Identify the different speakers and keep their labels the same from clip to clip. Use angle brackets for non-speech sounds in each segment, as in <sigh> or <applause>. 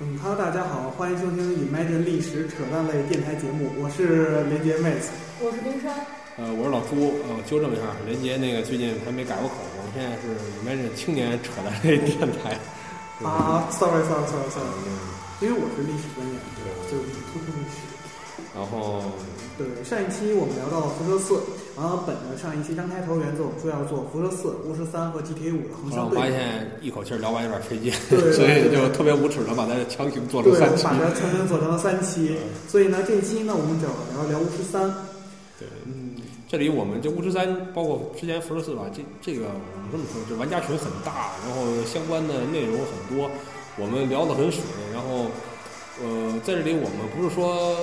Speaker 1: 嗯哈喽，大家好，欢迎收听 Imagine 历史扯淡类电台节目，我是连杰妹子。
Speaker 2: 我是冰山，
Speaker 3: 呃，我是老朱，呃，我纠正一下，连杰那个最近还没改过口，我们现在是你们是青年扯淡类电台。
Speaker 1: 啊，sorry sorry sorry
Speaker 3: 嗯
Speaker 1: sorry，因为我是历史专业，
Speaker 3: 对
Speaker 1: 就是突出历史。
Speaker 3: 然后
Speaker 1: 对，上一期我们聊到了辐射四，然后本着上一期张开头原则，我们说要做辐射四、巫师三和 GTA 五的横
Speaker 3: 后来
Speaker 1: 向
Speaker 3: 啊我
Speaker 1: 对
Speaker 3: 发
Speaker 1: 比。
Speaker 3: 现一口气儿聊完有点费劲，
Speaker 1: 对对
Speaker 3: 所以
Speaker 1: 对
Speaker 3: 就特别无耻的把它强行做
Speaker 1: 对，
Speaker 3: 成
Speaker 1: 我
Speaker 3: 三
Speaker 1: 们
Speaker 3: 期
Speaker 1: 把。它全程做成了三期，
Speaker 3: 嗯
Speaker 1: 所以呢，这一期呢，我们主要聊一聊巫师三。
Speaker 3: 对，嗯，这里我们这巫师三，包括之前辐射四吧，这这个我们这么说，这玩家群很大，然后相关的内容很多，我们聊得很水，然后呃，在这里我们不是说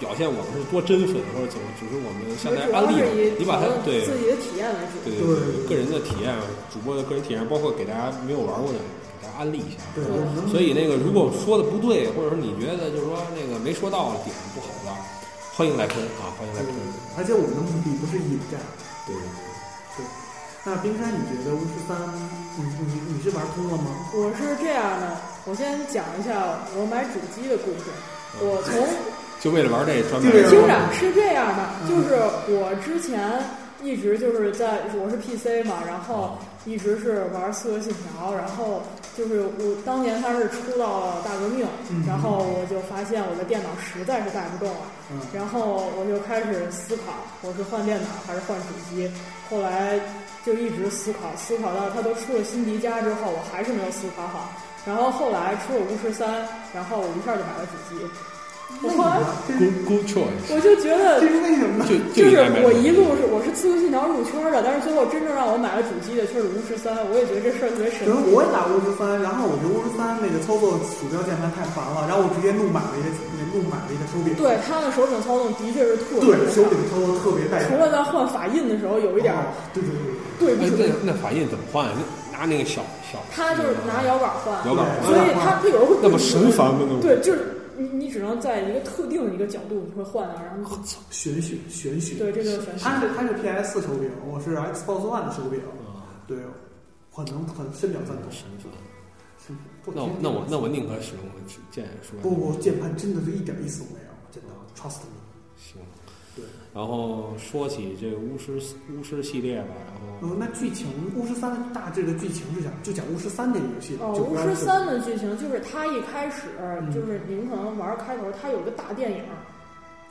Speaker 3: 表现我们是多真粉或者怎么，只是我们
Speaker 2: 我
Speaker 3: 向
Speaker 2: 们
Speaker 3: 大
Speaker 2: 主要
Speaker 3: 家安利
Speaker 2: 是以
Speaker 3: 你把
Speaker 2: 讨
Speaker 3: 它
Speaker 2: 论
Speaker 3: 对
Speaker 2: 自己的体验为主。
Speaker 3: 对对对个人的体验，主播的个人体验，包括给大家没有玩过的，给大家安利一下。
Speaker 1: 对，我们
Speaker 3: 所以那个，如果说的不对，或者说你觉得就是说那个没说到点不好的，欢迎来喷啊，欢迎来
Speaker 1: 对
Speaker 3: 喷。，
Speaker 1: 而且我们的目的不是引战。
Speaker 3: 对，
Speaker 1: 那冰山，你觉得巫师三，你你你是玩通了吗？
Speaker 2: 我是这样的，我先讲一下我买主机的故事。
Speaker 3: 嗯
Speaker 2: 我从
Speaker 3: 就为了玩这专门
Speaker 1: 对
Speaker 2: 听着是这样的，
Speaker 1: 嗯
Speaker 2: 就是我之前一直就是在我是 PC 嘛，然后
Speaker 3: 嗯
Speaker 2: 一直是玩《刺客信条》，然后就是我当年它是出到了大革命
Speaker 1: 嗯，
Speaker 2: 然后我就发现我的电脑实在是带不动了。
Speaker 1: 嗯，
Speaker 2: 然后我就开始思考，我是换电脑还是换主机？后来就一直思考，思考到它都出了新迪迦之后，我还是没有思考好。然后后来出了巫师三，然后我一下就买了主机。我后来
Speaker 1: 这是
Speaker 3: ，good good choice，
Speaker 2: 我就觉得
Speaker 1: 这，是为什么呢？
Speaker 3: 就
Speaker 2: 就是
Speaker 3: 应该买
Speaker 2: 我一路是我是刺客信条入圈的，但是最后真正让我买了主机的却是巫师三，我也觉得这事儿特别神
Speaker 1: 比如
Speaker 2: 奇。
Speaker 1: 我也打巫师三，然后我觉得巫师三那个操作鼠标键盘太烦了，然后我直接怒买了一个怒买了一个手柄，
Speaker 2: 对它的手柄操纵的确是特别
Speaker 1: 对，手柄操作特别带
Speaker 2: 除
Speaker 1: 劲，
Speaker 2: 了在换法印的时候有一点儿
Speaker 1: 哦对对啊对，
Speaker 2: 对不
Speaker 3: 哎，
Speaker 2: 准，
Speaker 3: 那那反应怎么换？拿那个小小，
Speaker 2: 它就是拿摇杆换。
Speaker 3: 摇杆换，
Speaker 2: 所以它它有时候会
Speaker 3: 那么神烦吗？那么
Speaker 2: 对，就是你你只能在一个特定的一个角度你会换到，然后
Speaker 1: 玄学玄学，
Speaker 2: 对，这就是选项。
Speaker 1: 它是它是 PS 手柄，我是 Xbox One 的手柄，
Speaker 3: 啊，
Speaker 1: 对，很能很深表赞同，
Speaker 3: 神烦。
Speaker 1: 是不
Speaker 3: 那我那我那我宁可使用我键鼠。
Speaker 1: 不不，键盘真的是一点意思都没有，真的，trust me，
Speaker 3: 行。
Speaker 1: 对，
Speaker 3: 然后说起这个巫师巫师系列吧，然
Speaker 1: 嗯，那剧情巫师三大致的剧情是讲就讲巫师三这个游戏，
Speaker 2: 哦，
Speaker 1: 就
Speaker 2: 巫
Speaker 1: 不要
Speaker 2: 师
Speaker 1: 说
Speaker 2: 三的剧情就是它一开始
Speaker 3: 嗯
Speaker 2: 就是你们可能玩开头，它有个大电影，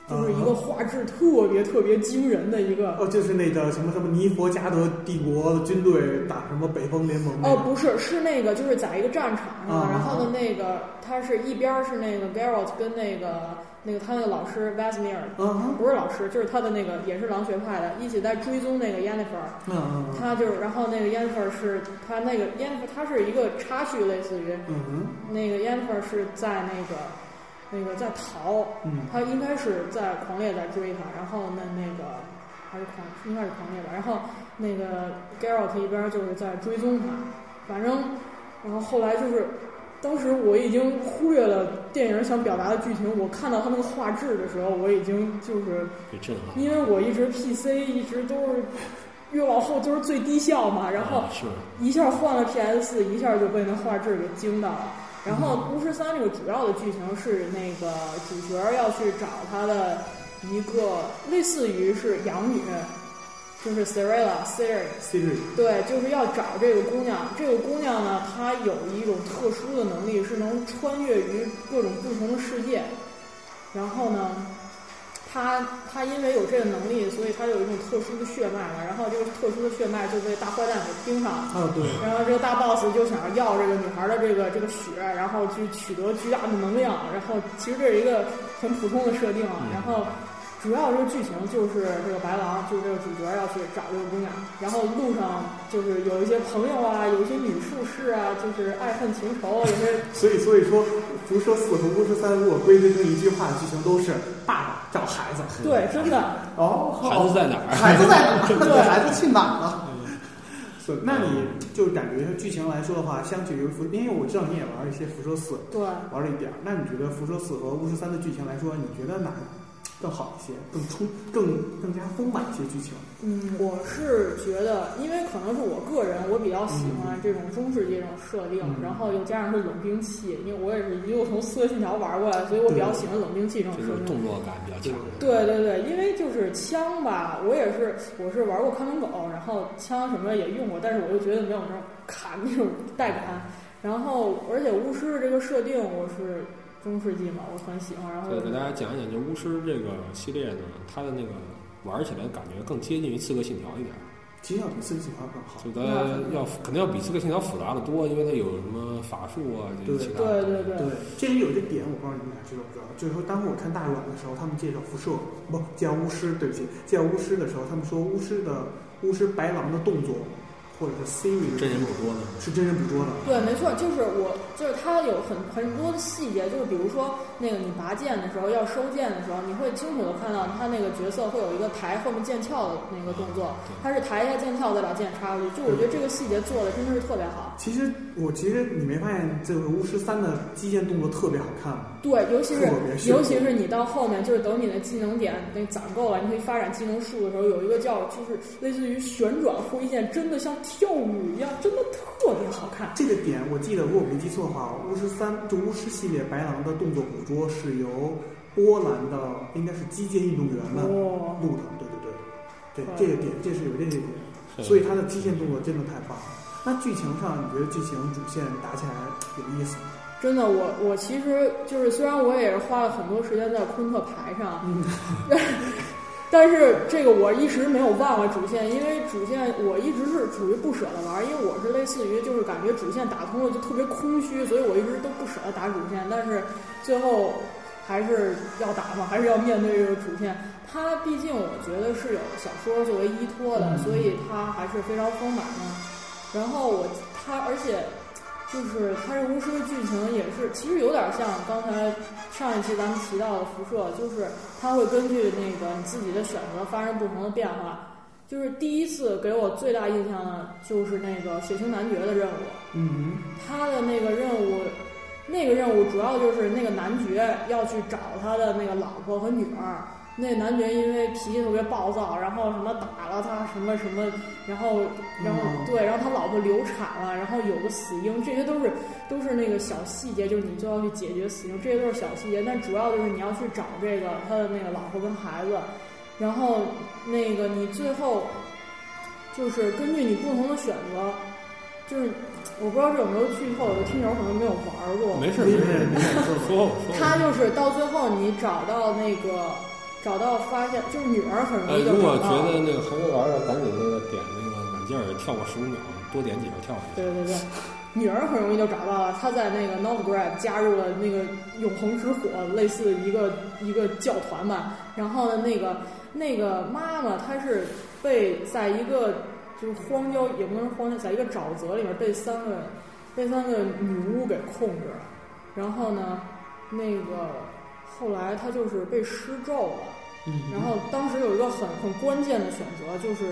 Speaker 2: 就是
Speaker 3: 啊
Speaker 2: 一个画质特别特别惊人的一个。
Speaker 1: 嗯哦，就是那个什么什么尼佛加德帝国的军队打什么北方联
Speaker 3: 嗯
Speaker 1: 盟那
Speaker 2: 哦，
Speaker 1: 个
Speaker 2: 不是，是那个，就是在一个战场
Speaker 1: 啊
Speaker 2: 上，然后呢，那个它是一边儿是那个 Geralt 跟那个那个他那个老师 Vasmir，
Speaker 1: 嗯
Speaker 2: 不是老师，就是他的那个也是狼学派的，一起在追踪那个 Yennefer，
Speaker 1: 嗯嗯
Speaker 2: 他就是，然后那个 Yennefer 是他那个 Yennefer，他是一个插叙，类似于
Speaker 1: 嗯
Speaker 2: 那个 Yennefer 是在那个那个在逃，
Speaker 1: 嗯
Speaker 2: 他应该是在狂猎在追他，然后那那个还是狂应该是狂猎吧，然后那个 Geralt 一边就是在追踪他，反正然后后来就是。当时我已经忽略了电影想表达的剧情，我看到他那个画质的时候，我已经就是
Speaker 3: 后被震撼。
Speaker 2: 因为我一直 PC 一直都是越往后就是最低效嘛，然后
Speaker 3: 啊是
Speaker 2: 一下换了 PS，一下就被那画质给惊到了。然后《巫师三》这个主要的剧情是那个主角要去找他的一个类似于是养女，就是 Cirilla Siri，
Speaker 1: ，Siri，
Speaker 2: 对，就是要找这个姑娘。这个姑娘呢，她有一种特殊的能力，是能穿越于各种不同的世界。然后呢，她她因为有这个能力，所以她有一种特殊的血脉嘛。然后这个特殊的血脉就被大坏蛋给盯上了。
Speaker 1: 啊对，
Speaker 2: 然后这个大 boss 就想要这个女孩的这个这个血，然后去取得巨大的能量。然后其实这是一个很普通的设定啊。
Speaker 3: 嗯
Speaker 2: 然后主要这个剧情就是这个白狼，就是这个主角要去找这个姑娘，然后路上就是有一些朋友啊，有一些女术士啊，就是爱恨情仇，也是
Speaker 1: 所以所以说辐射四和巫师三如果归根成一句话，剧情都是爸爸找孩子，
Speaker 2: 对，真的
Speaker 1: 哦，好
Speaker 3: 孩子在哪儿？
Speaker 1: 孩子在哪儿？嗯
Speaker 2: 对
Speaker 1: 孩子去哪儿了？是，那你就感觉剧情来说的话，相比于辐，因为我知道你也玩了一些辐射四，
Speaker 2: 对。
Speaker 1: 玩了一点儿，那你觉得辐射四和巫师三的剧情来说，你觉得哪更好一些，更充更更加丰满一些剧情。
Speaker 2: 嗯，我是觉得，因为可能是我个人，我比较喜
Speaker 3: 嗯
Speaker 2: 欢这种中世纪这种设定，
Speaker 1: 嗯
Speaker 2: 然后又加上是冷兵器，因为我也是一路从刺客信条玩过来，所以我比较喜欢冷兵器这种
Speaker 3: 这
Speaker 2: 设定。
Speaker 3: 种动作感比较强。
Speaker 2: 对对对，因为就是枪吧，我也是，我是玩过看门狗，然后枪什么也用过，但是我就觉得没有那种砍那种带
Speaker 3: 嗯
Speaker 2: 砍。 <laughs> 然后，而且巫师这个设定我是中世纪嘛，我很喜欢。然后
Speaker 3: 对，给大家讲一讲，就巫师这个系列呢，它的那个玩起来感觉更接近于刺客信条一点儿，
Speaker 1: 其实要比刺激喜欢更好。
Speaker 3: 就它要肯定要比刺客信条复杂的多，因为它有什么法术啊，这
Speaker 1: 对
Speaker 3: 些其他
Speaker 2: 对
Speaker 3: 的。
Speaker 2: 对对，
Speaker 1: 对，这里有一个点，我不知道你们俩知道不知道，就是说当时我看大软的时候，他们介绍辐射不介绍巫师，对不起，介绍巫师的时候，他们说巫师的巫师白狼的动作，或者是 Siri 的
Speaker 3: 真人捕捉呢，
Speaker 1: 是真人捕捉的。
Speaker 2: 对，没错，就是我，就是它有很很多的细节，就是比如说那个你拔剑的时候，要收剑的时候，你会清楚的看到他那个角色会有一个抬后面剑鞘的那个动作，他是抬一下剑鞘再把剑插过去，就我觉得这个细节做的真的是特别好。
Speaker 1: 其实我其实你没发现，这个巫师三的击剑动作特别好看吗？
Speaker 2: 对，尤其
Speaker 1: 特别
Speaker 2: 是
Speaker 1: 炫
Speaker 2: 尤其是你到后面，就是等你的技能点那攒够了，你可以发展技能树的时候，有一个叫就是类似于旋转挥剑，真的像跳舞一样，真的特别好看。
Speaker 1: 这个点我记得，如果我没记错的话，巫师三就巫师系列白狼的动作捕捉是由波兰的应该是击剑运动员们
Speaker 2: 哦
Speaker 1: 录的，对对对，对
Speaker 2: 哇
Speaker 1: 这个点这是有这个点。所以他的支线动作真的太棒了。那剧情上，你觉得剧情主线打起来有意思吗？
Speaker 2: 真的，我我其实就是虽然我也是花了很多时间在昆特牌上，啊但但是这个我一直没有忘了主线，因为主线我一直是处于不舍得玩，因为我是类似于就是感觉主线打通了就特别空虚，所以我一直都不舍得打主线，但是最后还是要打嘛，还是要面对这个主线。它毕竟我觉得是有小说作为依托的，所以它还是非常丰满的。然后我它而且就是它这巫师的剧情也是，其实有点像刚才上一期咱们提到的辐射，就是它会根据那个你自己的选择发生不同的变化。就是第一次给我最大印象的就是那个血腥男爵的任务，
Speaker 1: 嗯，
Speaker 2: 他的那个任务，那个任务主要就是那个男爵要去找他的那个老婆和女儿。那男爵因为脾气特别暴躁，然后什么打了他什么什么，然后然后
Speaker 1: 嗯
Speaker 2: 对，然后他老婆流产了，然后有个死婴，这些都是都是那个小细节，就是你就要去解决死婴，这些都是小细节，但主要就是你要去找这个他的那个老婆跟孩子，然后那个你最后就是根据你不同的选择，就是我不知道这有没有剧透，有的听友可能没有玩过。
Speaker 3: 没事没事没事，说说说。
Speaker 2: 他就是到最后你找到那个，找到发现就是女儿很容
Speaker 3: 呃，
Speaker 2: 易就找
Speaker 3: 如果
Speaker 2: 到
Speaker 3: 觉
Speaker 2: 了。
Speaker 3: 得那个还没玩的，赶紧那个点那个软件儿跳过十五秒，多点几下跳一下。
Speaker 2: 对对对，女儿很容易就找到了。她在那个 Novgorod 加入了那个永恒之火，类似一个一个教团吧。然后呢，那个那个妈妈她是被在一个就是荒郊，也不能说荒郊，在一个沼泽里面被三个被三个女巫给控制了。然后呢，那个后来她就是被施咒了。
Speaker 1: 嗯
Speaker 2: 然后当时有一个很很关键的选择，就是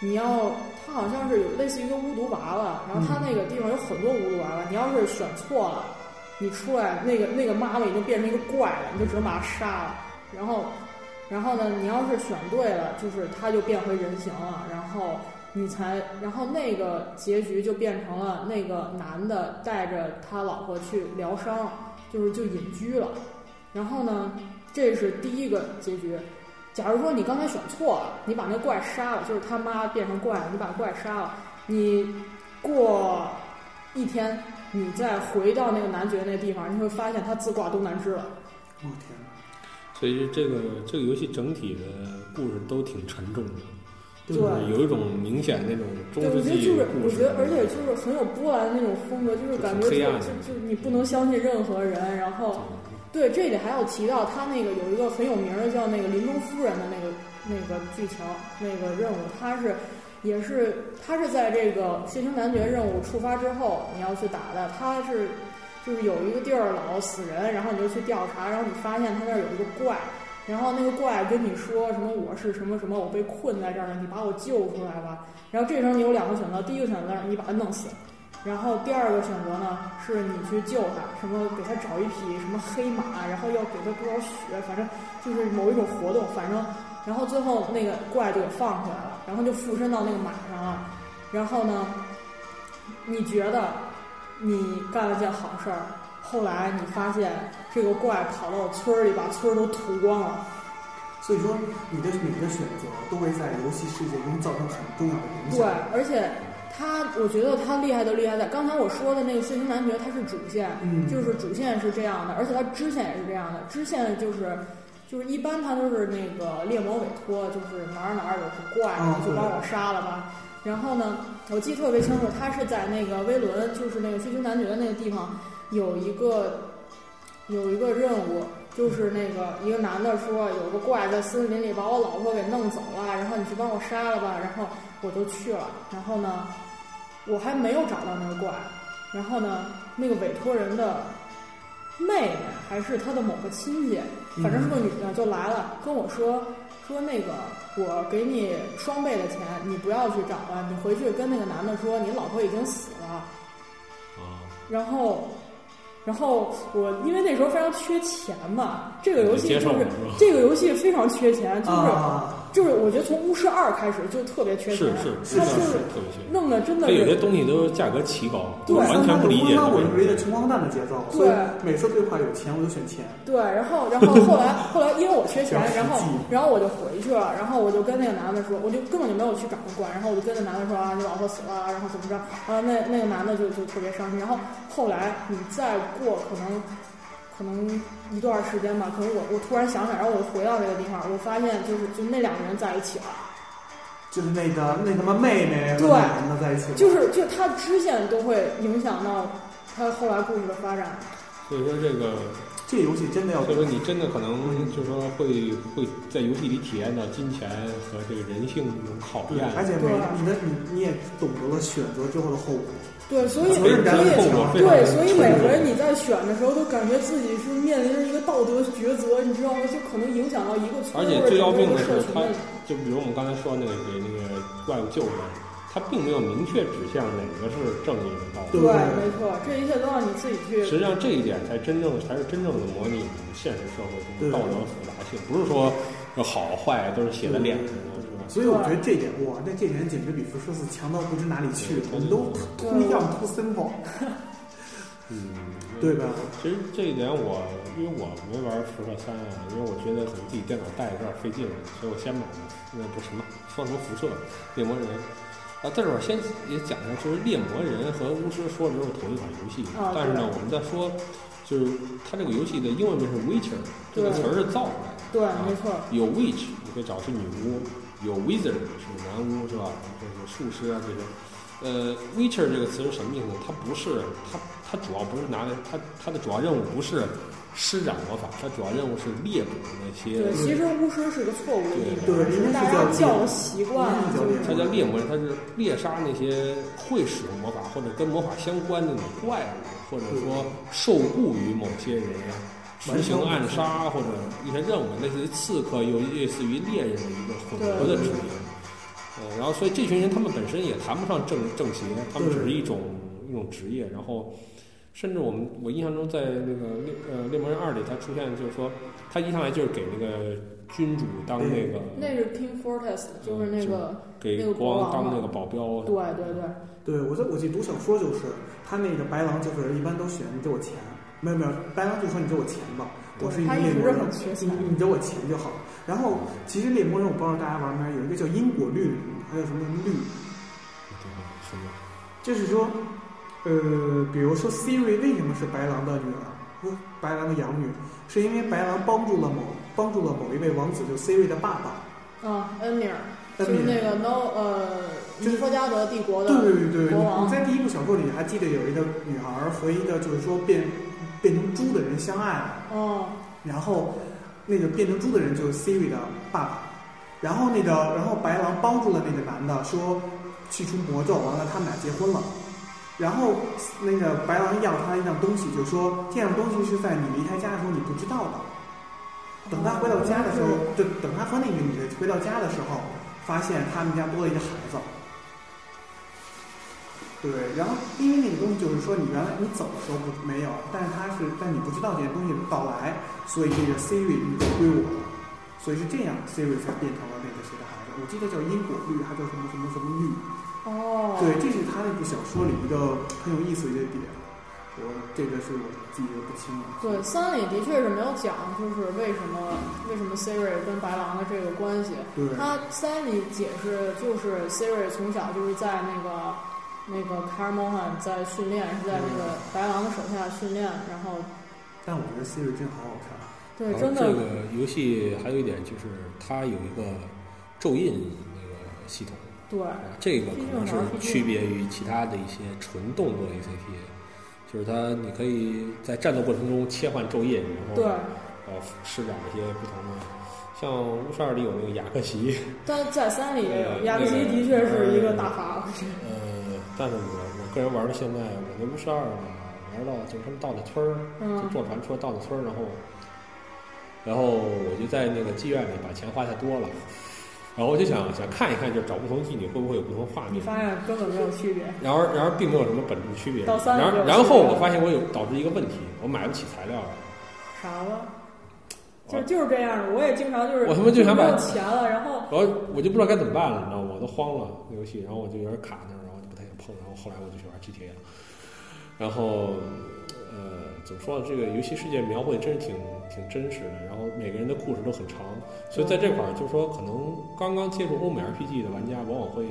Speaker 2: 你要，它好像是有类似于一个巫毒娃娃，然后它那个地方有很多巫毒娃娃，你要是选错了，你出来那个那个妈妈已经变成一个怪了，你就只能把它杀了。然后，然后呢，你要是选对了，就是它就变回人形了，然后。你才，然后那个结局就变成了那个男的带着他老婆去疗伤，就是就隐居了。然后呢，这是第一个结局。假如说你刚才选错了，你把那怪杀了，就是他妈变成怪了，你把怪杀了，你过一天，你再回到那个男爵那地方，你会发现他自挂东南枝了。
Speaker 1: 我哦天哪，
Speaker 3: 所以这个这个游戏整体的故事都挺沉重的，
Speaker 2: 对
Speaker 3: 就是有一种明显那种中
Speaker 2: 对，我
Speaker 3: 世
Speaker 2: 觉得就
Speaker 3: 纪
Speaker 2: 是，
Speaker 3: 故
Speaker 2: 我
Speaker 3: 事
Speaker 2: 觉得，而且就是很有波兰那种风格，就是感觉
Speaker 3: 就是黑暗的
Speaker 2: 就就你不能相信任何人。然后，对这里还要提到他那个有一个很有名的叫那个林中夫人的那个那个剧情那个任务，他是也是他是在这个血腥男爵任务触发之后你要去打的，他是就是有一个地儿老死人，然后你就去调查，然后你发现他那儿有一个怪。然后那个怪跟你说什么我是什么什么，我被困在这儿了，你把我救出来吧。然后这时候你有两个选择，第一个选择你把他弄死，然后第二个选择呢，是你去救他，什么给他找一匹什么黑马，然后要给他多少血，反正就是某一种活动，反正，然后最后那个怪就给放出来了，然后就附身到那个马上了。然后呢，你觉得你干了件好事儿，后来你发现这个怪跑到村儿里，把村儿都屠光了。
Speaker 1: 所以说，你的每个选择都会在游戏世界中造成很重要的影
Speaker 2: 对
Speaker 1: 响。，
Speaker 2: 而且他，我觉得他厉害就厉害在刚才我说的那个血腥男爵，他是主线，
Speaker 1: 嗯
Speaker 2: 就是主线是这样的，而且他支线也是这样的，支线就是。就是一般他都是那个猎魔委托，就是哪儿哪儿有个怪，
Speaker 1: 啊
Speaker 2: 你就把我杀了吧。然后呢，我记得特别清楚，他是在那个威伦，就是那个血腥男爵的那个地方，有一个有一个任务，就是那个一个男的说有个怪在森林里把我老婆给弄走了，然后你去帮我杀了吧，然后我就去了，然后呢，我还没有找到那个怪，然后呢，那个委托人的妹妹还是他的某个亲戚，反正是个女
Speaker 3: 嗯
Speaker 2: 的，就来了跟我说说那个我给你双倍的钱，你不要去找了，你回去跟那个男的说你老婆已经死了，
Speaker 3: 啊，
Speaker 2: 然后。然后我因为那时候非常缺钱嘛，这个游戏就
Speaker 3: 接受
Speaker 2: 是
Speaker 3: 了是吧
Speaker 2: 这个游戏非常缺钱，就是、
Speaker 1: 啊，
Speaker 2: 就是我觉得从巫师二开始就特别缺
Speaker 3: 是
Speaker 2: 钱，
Speaker 3: 是
Speaker 1: 是
Speaker 2: 它
Speaker 1: 是
Speaker 2: 就是是
Speaker 3: 特别缺。
Speaker 2: 弄得真的
Speaker 3: 它有些
Speaker 2: 是
Speaker 3: 东西都价格奇高，
Speaker 2: 对
Speaker 3: 我完全不理解
Speaker 1: 那
Speaker 3: 的。
Speaker 1: 我就是一个穷光蛋的节奏，
Speaker 2: 对
Speaker 1: 所以每次对话有钱我就选钱。
Speaker 2: 对，然后然后后来后来因为我缺钱，然后然后我就回去了，然后我就跟那个男的说，我就根本就没有去找那管，然后我就跟那男的说啊，你老婆死了，然后怎么着，然后那那个男的就就特别伤心，然后后来你再过可能。可能一段时间吧，可能我我突然想起来，然后我回到这个地方，我发现就是就那两个人在一起了，
Speaker 1: 就是那个那什么妹妹和
Speaker 2: 对
Speaker 1: 男的在一起，
Speaker 2: 就是就他支线都会影响到他后来故事的发展。
Speaker 3: 所以说这个，
Speaker 1: 这游戏真的要
Speaker 3: 所以说你真的可能就是说会会在游戏里体验到金钱和这个人性这种考
Speaker 1: 对
Speaker 3: 验，，
Speaker 1: 而且每
Speaker 2: 对
Speaker 1: 你的你你也懂得了选择之后的后果。
Speaker 2: 对，所以
Speaker 1: 责
Speaker 2: 所以
Speaker 1: 任感很厚啊
Speaker 3: 非常
Speaker 2: 对，所以每
Speaker 3: 沉重
Speaker 2: 回你在选的时候，都感觉自己是面临着一个道德抉择，你知道吗？就可能影响到一个村
Speaker 3: 而
Speaker 2: 或
Speaker 3: 且
Speaker 2: 者
Speaker 3: 最要
Speaker 2: 整个一个
Speaker 3: 命的
Speaker 2: 社
Speaker 3: 是
Speaker 2: 群
Speaker 3: 他
Speaker 2: 的。，
Speaker 3: 就比如我们刚才说那个给那个怪物救出来，他并没有明确指向哪个是正义的道
Speaker 1: 对
Speaker 3: 路。
Speaker 2: 对，没错，这一切都让你自己
Speaker 3: 实
Speaker 2: 去。
Speaker 3: 际上这一点才真正才是真正的模拟现实社会中
Speaker 1: 对
Speaker 3: 道德复杂性，不是说有好坏都是写在脸上的，是吧？
Speaker 1: 所以我觉得这点哇，那这点简直比辐射四强到不知哪里去了，我们都 too young too simple，
Speaker 3: 嗯，
Speaker 1: 对吧？
Speaker 3: 其实这一点我，因为我没玩《辐射三》啊，因为我觉得可能自己电脑带着有点费劲，所以我先买了那不是什么双重辐射猎魔人。啊，但是我先也讲一下，就是猎魔人和巫师说的都是同一款游戏，
Speaker 2: 啊
Speaker 3: 但是呢，
Speaker 2: 对
Speaker 3: 我们在说，就是它这个游戏的英文名是 Witcher，这
Speaker 2: 对
Speaker 3: 个词儿是造出来的。
Speaker 2: 对，
Speaker 3: 啊
Speaker 2: 没错，
Speaker 3: 有 witch，你可以找是女巫；有 wizard 是男巫，是吧？就是术师啊这些。呃，witcher 这个词是什么意思呢？它不是，它它主要不是拿来，它它的主要任务不是施展魔法，它主要任务是猎捕那些
Speaker 2: 对，其实巫师是个错误的译名，
Speaker 1: 对对
Speaker 2: 只是大家叫的习惯了，就
Speaker 1: 应该是
Speaker 3: 他
Speaker 2: 是
Speaker 3: 叫猎魔人，他是猎杀那些会使用魔法或者跟魔法相关的那种怪物，或者说受雇于某些人呀，执行暗杀或者一些任务，类似于刺客，又类似于猎人的一个混合的职业。呃，然后所以这群人他们本身也谈不上正正邪，他们只是一种一种职业。然后，甚至我们我印象中在那个猎呃猎魔人二里，他出现就是说他一上来就是给那个君主当那个。
Speaker 2: 那是 King Fortress，就是那个，
Speaker 3: 给光当那个保镖，
Speaker 2: 对对对，
Speaker 1: 对我在我记得读小说就是，他那个白狼就是一般都选你给我钱，没有没有，白狼就说你给我钱吧，我是一
Speaker 2: 他
Speaker 1: 个
Speaker 2: 一
Speaker 1: 猎
Speaker 2: 直
Speaker 1: 魔人
Speaker 2: 很，缺钱
Speaker 1: 你。你给我钱就好。然
Speaker 3: 嗯
Speaker 1: 后其实猎魔人我不知道大家玩没玩，有一个叫因果律，还有什么律，
Speaker 3: 什么？
Speaker 1: 就是说，呃，比如说 Siri 为什么是白狼的女儿，不，白狼的养女，是因为白狼帮助了某帮助了某一位王子，就 Siri 的爸爸。
Speaker 2: 啊，恩尼尔，就
Speaker 1: 恩
Speaker 2: 是
Speaker 1: 尼尔
Speaker 2: 那个 No 呃，
Speaker 1: 就是
Speaker 2: 尼弗加德帝国
Speaker 1: 对
Speaker 2: 的
Speaker 1: 对对对，
Speaker 2: 国王
Speaker 1: 你在第一部小说里还记得有一个女孩儿和一个就是说变变成猪的人相爱了，
Speaker 2: 哦，
Speaker 1: 然后那个变成猪的人就是 Siri 的爸爸，然后那个然后白狼帮助了那个男的说去除魔咒，完了他们俩结婚了。然后那个白狼要他一样东西，就说这样东西是在你离开家的时候你不知道的。等他回到家的时候
Speaker 2: 哦，
Speaker 1: 就等他和那个女的回到家的时候，发现他们家多了一个孩子。对，然后因为那个东西就是说，你原来你走的时候不没有，但是它是，但你不知道这些东西的到来，所以这个 Siri 就归我了，所以是这样，Siri 才变成了那个谁的孩子。我记得叫因果律，还叫什么什么什么律。
Speaker 2: 哦，
Speaker 1: 对，这是他那部小说里一个很有意思的一个点。我这个是我记得不清了。
Speaker 2: 对，三里的确是没有讲，就是为什么为什么 Siri 跟白狼的这个关系。
Speaker 1: 对，
Speaker 2: 他三里解释就是 Siri 从小就是在那个那个卡尔莫汉在训练，是在那
Speaker 3: 嗯
Speaker 2: 个白狼的手下训练，然后
Speaker 1: 但我觉得 Siri 真好好看。
Speaker 2: 对
Speaker 3: 然后
Speaker 2: 真
Speaker 3: 这
Speaker 2: 的
Speaker 3: 个游戏还有一点就是它有一个咒印那个系统，
Speaker 2: 对
Speaker 3: 啊这个可能是区别于其他的一些纯动作 ACT，就是它你可以在战斗过程中切换咒印，然后
Speaker 2: 对，
Speaker 3: 呃施展一些不同的，像巫师二里有那个雅克奇，
Speaker 2: 但在三里也有
Speaker 3: 对
Speaker 2: 亚克西
Speaker 3: 那个
Speaker 2: 的确是一个大法，
Speaker 3: 呃，但是我我个人玩到现在，我那巫师二呢，玩到就是他们到了村儿，就
Speaker 2: 嗯
Speaker 3: 坐船车到了村儿，然后，然后我就在那个妓院里把钱花太多了，然后我就想想看一看，就是找不同妓女会不会有不同画
Speaker 2: 你
Speaker 3: 面。
Speaker 2: 发现根本没有区别。
Speaker 3: 然而，然而并没有什么本质区别。
Speaker 2: 到三十
Speaker 3: 然而
Speaker 2: 六
Speaker 3: 然后
Speaker 2: 岁了
Speaker 3: 我发现我有导致一个问题，我买不起材料了。
Speaker 2: 啥了？就
Speaker 3: 我
Speaker 2: 就是这样的，我也经常就是
Speaker 3: 哦我他妈就想
Speaker 2: 没
Speaker 3: 把
Speaker 2: 有钱了，然后
Speaker 3: 然后我就不知道该怎么办了，你知道吗？我都慌了，那游戏，然后我就有点卡那儿，然后就不太想碰，然后后来我就去玩 GTA 了。然后，呃，怎么说呢？这个游戏世界描绘真是挺挺真实的，然后每个人的故事都很长，所以在这块儿就是说，可能刚刚接触欧美 RPG 的玩家往往会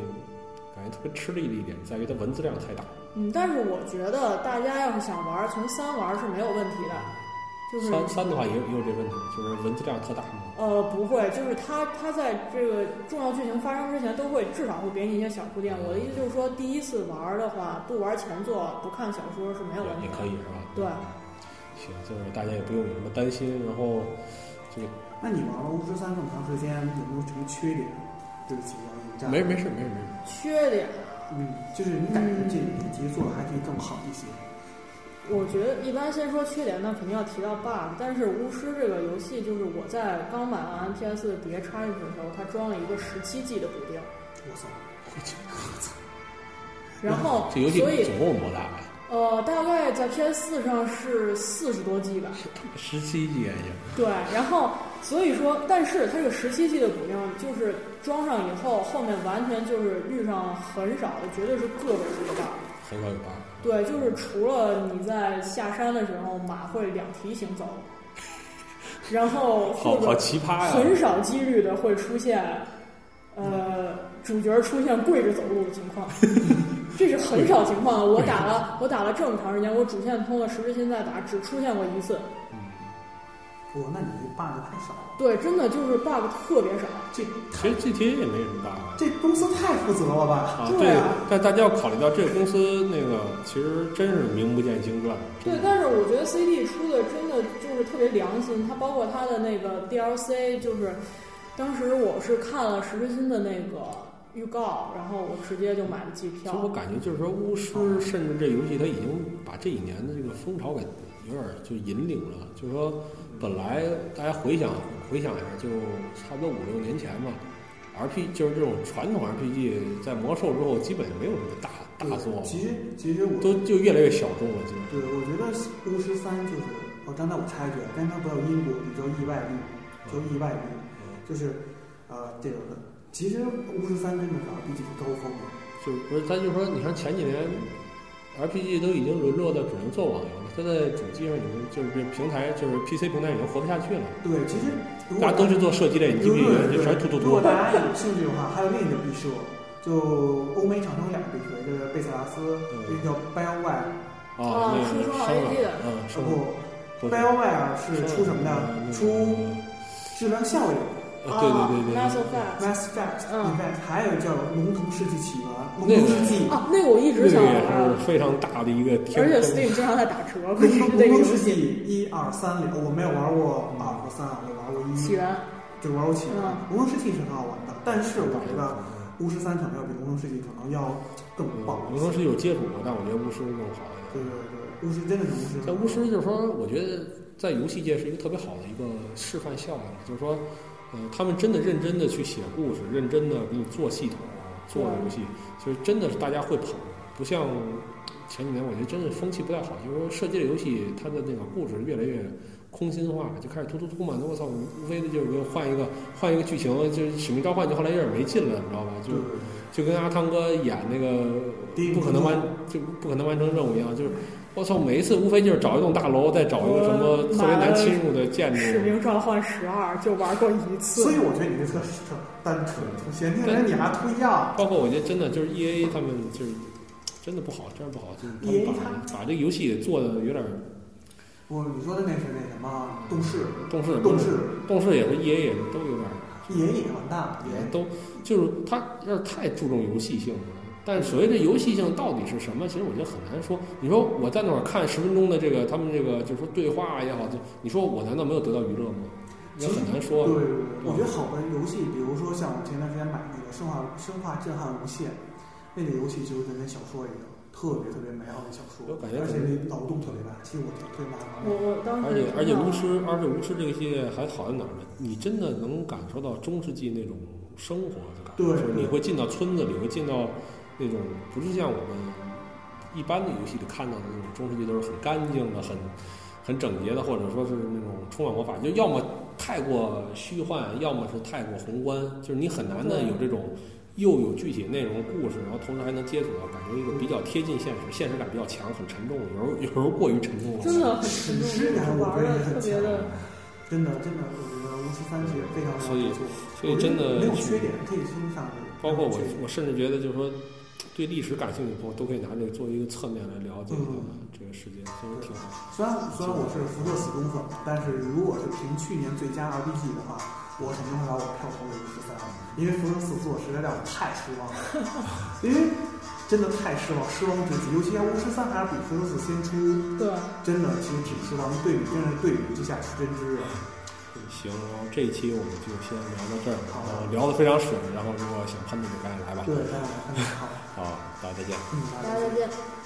Speaker 3: 感觉特别吃力的一点，在于它文字量太大。
Speaker 2: 嗯，但是我觉得大家要是想玩，从三玩是没有问题的，就是
Speaker 3: 三三的话也有也有这问题，就是文字量特大嘛。
Speaker 2: 呃，不会，就是它它在这个重要剧情发生之前，都会至少会给你一些小铺垫。我的意思就是说，第一次玩的话，不玩前作，不看小说是没有问题
Speaker 3: 也
Speaker 2: 的。
Speaker 3: 可以是吧？
Speaker 2: 对。
Speaker 3: 行，就是大家也不用有什么担心，然后这个
Speaker 1: 那你玩了巫师三这么长时间，有没有什么缺点？啊对不起，我要迎战。
Speaker 3: 没没事没事没事。
Speaker 2: 缺点，
Speaker 1: 嗯，就是你感觉这这杰作还可以更好一些。
Speaker 2: 我觉得一般先说缺点，那肯定要提到 bug。但是巫师这个游戏，就是我在刚买完 PS 底下插进去的时候，它装了一个十七 G 的补丁，
Speaker 1: 我操！
Speaker 2: 然后
Speaker 3: 这游戏
Speaker 2: 所以
Speaker 3: 总共多大呀？
Speaker 2: 呃，大概在 PS 四上是四十多 G 吧。
Speaker 3: 十七 G 也
Speaker 2: 对，然后所以说，但是它这个十七 G 的补丁，就是装上以后，后面完全就是遇上很少的，绝对是个位数的 bug。
Speaker 3: 很少有 bug。
Speaker 2: 对，就是除了你在下山的时候，马会两蹄行走，然后或
Speaker 3: <laughs> 好好
Speaker 2: 者
Speaker 3: 奇葩呀！
Speaker 2: 很少几率的会出现，呃，主角出现跪着走路的情况， <laughs> 这是很少情况的。我打了我打了这么长时间，我主线通了，时至现在打只出现过一次。
Speaker 3: 嗯
Speaker 1: 哇，那你这 bug 太少了，
Speaker 2: 对，真的就是 bug 特别少。
Speaker 1: 这
Speaker 3: 其实 GTA 也没什么 bug
Speaker 1: 这公司太负责了吧？
Speaker 3: 啊。
Speaker 2: 对啊
Speaker 3: 但大家要考虑到这个公司那个，其实真是名不见经传。
Speaker 2: 对，但是我觉得 CD 出的真的就是特别良心，它包括它的那个 DLC，就是当时我是看了石之心的那个预告，然后我直接就买了机
Speaker 3: 其
Speaker 2: 票
Speaker 3: 实。我感觉就是说，巫师甚至这游戏它已经把这一年的这个风潮给有点就引领了。就是说，本来大家回想回想一下，就差不多五六年前吧。R P 就是这种传统 R P G，在魔兽之后基本没有什么大大作
Speaker 1: 对
Speaker 3: 了，
Speaker 1: 其实其实我
Speaker 3: 都就越来越小众了，基本。
Speaker 1: 对，我觉得巫师三就是，哦，刚才我插一句，刚才不有因果比较意外律，叫意外律，就是，呃，这个其实巫师三真的是 RPG 的高峰啊了。
Speaker 3: 就不是，咱就说，你看前几年 RPG 都已经沦落到只能做网游了，它在主机上已经就是这平台就是 PC 平台已经活不下去了，
Speaker 1: 对，其实如果
Speaker 3: 大家都去做射击类，你记
Speaker 1: 如
Speaker 3: 不记
Speaker 1: 果
Speaker 3: 得就全是突突
Speaker 1: 如果
Speaker 3: 突
Speaker 1: 大？家有兴趣的话，还有另一个毕设，就欧美厂商有两个毕设，一个是贝塞拉斯，
Speaker 3: 嗯
Speaker 1: 一个叫 BioWare。
Speaker 3: 啊，那个生了，嗯，
Speaker 1: 啊
Speaker 3: 生了，
Speaker 1: 不
Speaker 3: 不
Speaker 1: ，BioWare 是出什么的？出《质量效应》
Speaker 3: 嗯啊，对对对对，
Speaker 2: m a s s Effect。
Speaker 1: （Mass Effect）、
Speaker 2: 嗯
Speaker 1: Effect，还有叫《龙腾世纪启蒙》《龙
Speaker 3: 那个
Speaker 1: 腾世纪》
Speaker 2: <laughs> 啊，那个我一
Speaker 3: 那个
Speaker 2: 直
Speaker 3: 也
Speaker 2: 想玩，
Speaker 3: 是非常大的一个
Speaker 2: 而
Speaker 3: 天
Speaker 2: 且
Speaker 3: 坑。
Speaker 2: Steam 经常在打折，
Speaker 1: 《 <laughs>
Speaker 2: 估计
Speaker 3: 嗯
Speaker 2: 是这个游
Speaker 1: 世纪
Speaker 2: 戏。》
Speaker 1: 一二三里，哦我没有玩过二和三啊，我玩过
Speaker 2: 起
Speaker 1: 一，
Speaker 2: 源，
Speaker 1: 就玩过起源
Speaker 2: 嗯。
Speaker 1: 《龙腾世纪》是很好玩的，但是我觉得巫师三可能要比《龙腾世纪》可能要更棒一
Speaker 3: 嗯我龙说
Speaker 1: 些。
Speaker 3: 是有接触过，但我觉得巫师更好一点。
Speaker 1: 对对对，巫师真的是巫师。
Speaker 3: 在巫师就是说，我觉得在游戏界是一个特别好的一个示范效应，就是说，嗯、他们真的认真的去写故事，认真的给你做系统啊，做游戏，就是真的是大家会捧不像前几年，我觉得真是风气不太好，因为射击类游戏它的那个故事越来越空心化，就开始突突突嘛。那我操，无非的就是换一个换一个剧情，就是《使命召唤》就后来有点没劲了，你知道吧？就就跟阿汤哥演那
Speaker 1: 第一
Speaker 3: 个
Speaker 1: 部
Speaker 3: 不可能完就不可能完成任务一样，就是我操，每一次无非就是找一栋大楼，再找一个什么特别难侵入的建筑。
Speaker 2: 使命召唤十二就玩过一次，
Speaker 1: 所以我觉得你这特特单纯出现，那人你还推呀？
Speaker 3: 包括我觉得真的就是 E A 他们就是真的不好，真的不好，就是他
Speaker 1: EA
Speaker 3: 们把把这个游戏给做的有点
Speaker 1: 不，你说的那是那什么动视，
Speaker 3: 动视
Speaker 1: 动视
Speaker 3: 动视也是 E A 也是都有点儿
Speaker 1: 也也完蛋了，
Speaker 3: 也
Speaker 1: 也
Speaker 3: 都就是他要是太注重游戏性了。但所谓的游戏性到底是什么，其实我觉得很难说。你说我在那会儿看十分钟的这个他们这个就是说对话也好，就你说我难道没有得到娱乐吗？也很难
Speaker 1: 对
Speaker 3: 说。
Speaker 1: 对对，我觉得好的游戏，比如说像我前段时间买那个《生化生化震撼无限》，那个游戏就是跟那小说一样，特别特别美好的小说，
Speaker 3: 我感觉
Speaker 1: 而且
Speaker 3: 可能
Speaker 1: 那脑洞特别大。其实我特别麻烦，
Speaker 2: 我我当时
Speaker 3: 而且而且
Speaker 2: 看到
Speaker 3: 巫师，而且巫师这个系列还好在哪儿呢？你真的能感受到中世纪那种生活的感觉，
Speaker 1: 对
Speaker 3: 就是
Speaker 1: 对
Speaker 3: 你会进到村子里，会进到那种不是像我们一般的游戏里看到的那种中世纪都是很干净的、很很整洁的，或者说是那种充满魔法，就要么太过虚幻，要么是太过宏观，就是你很难的
Speaker 2: 对
Speaker 3: 有这种。又有具体内容故事，然后同时还能接触到，感觉一个比较贴近现实，现实感比较强，很沉重，有时候有时候过于沉重了。
Speaker 2: 真的很
Speaker 1: 史
Speaker 2: 沉重，
Speaker 1: 诗感
Speaker 2: 就是
Speaker 1: 我
Speaker 2: 玩
Speaker 1: 觉得
Speaker 2: 的
Speaker 1: 也很
Speaker 2: 特别
Speaker 1: 强
Speaker 2: 的，。
Speaker 1: 真的真的，我觉得《巫师三》是非常
Speaker 3: 所
Speaker 1: 非
Speaker 3: 以
Speaker 1: 常不错，
Speaker 3: 所以
Speaker 1: 我觉
Speaker 3: 真
Speaker 1: 得没
Speaker 3: 的
Speaker 1: 有
Speaker 3: 去
Speaker 1: 缺点，可以欣赏这个。
Speaker 3: 包括我
Speaker 1: 没有缺，点
Speaker 3: 我甚至觉得就是说，对历史感兴趣的朋友都可以拿这个作为一个侧面来了解
Speaker 1: 嗯
Speaker 3: 这个世界，其实挺好。
Speaker 1: 虽然虽然我是福特死忠粉，但是如果是凭去年最佳 RPG 的话，我肯定会把我票投给巫师三，因为福特四做实在让我太失望了， <laughs> 因为真的太失望，失望至极。尤其像巫师三还是比福特四先出，
Speaker 2: 对，
Speaker 1: 真的其实挺失望。对比真是对比之下出真知啊！
Speaker 3: 行，然后这一期我们就先聊到这儿，
Speaker 1: 好
Speaker 3: 然后聊得非常水，然后如果想喷的就赶紧来吧。
Speaker 1: 对，大家来看看好，
Speaker 3: 好，大家再见。
Speaker 1: 嗯，
Speaker 2: 大
Speaker 1: 大家
Speaker 2: 家再见。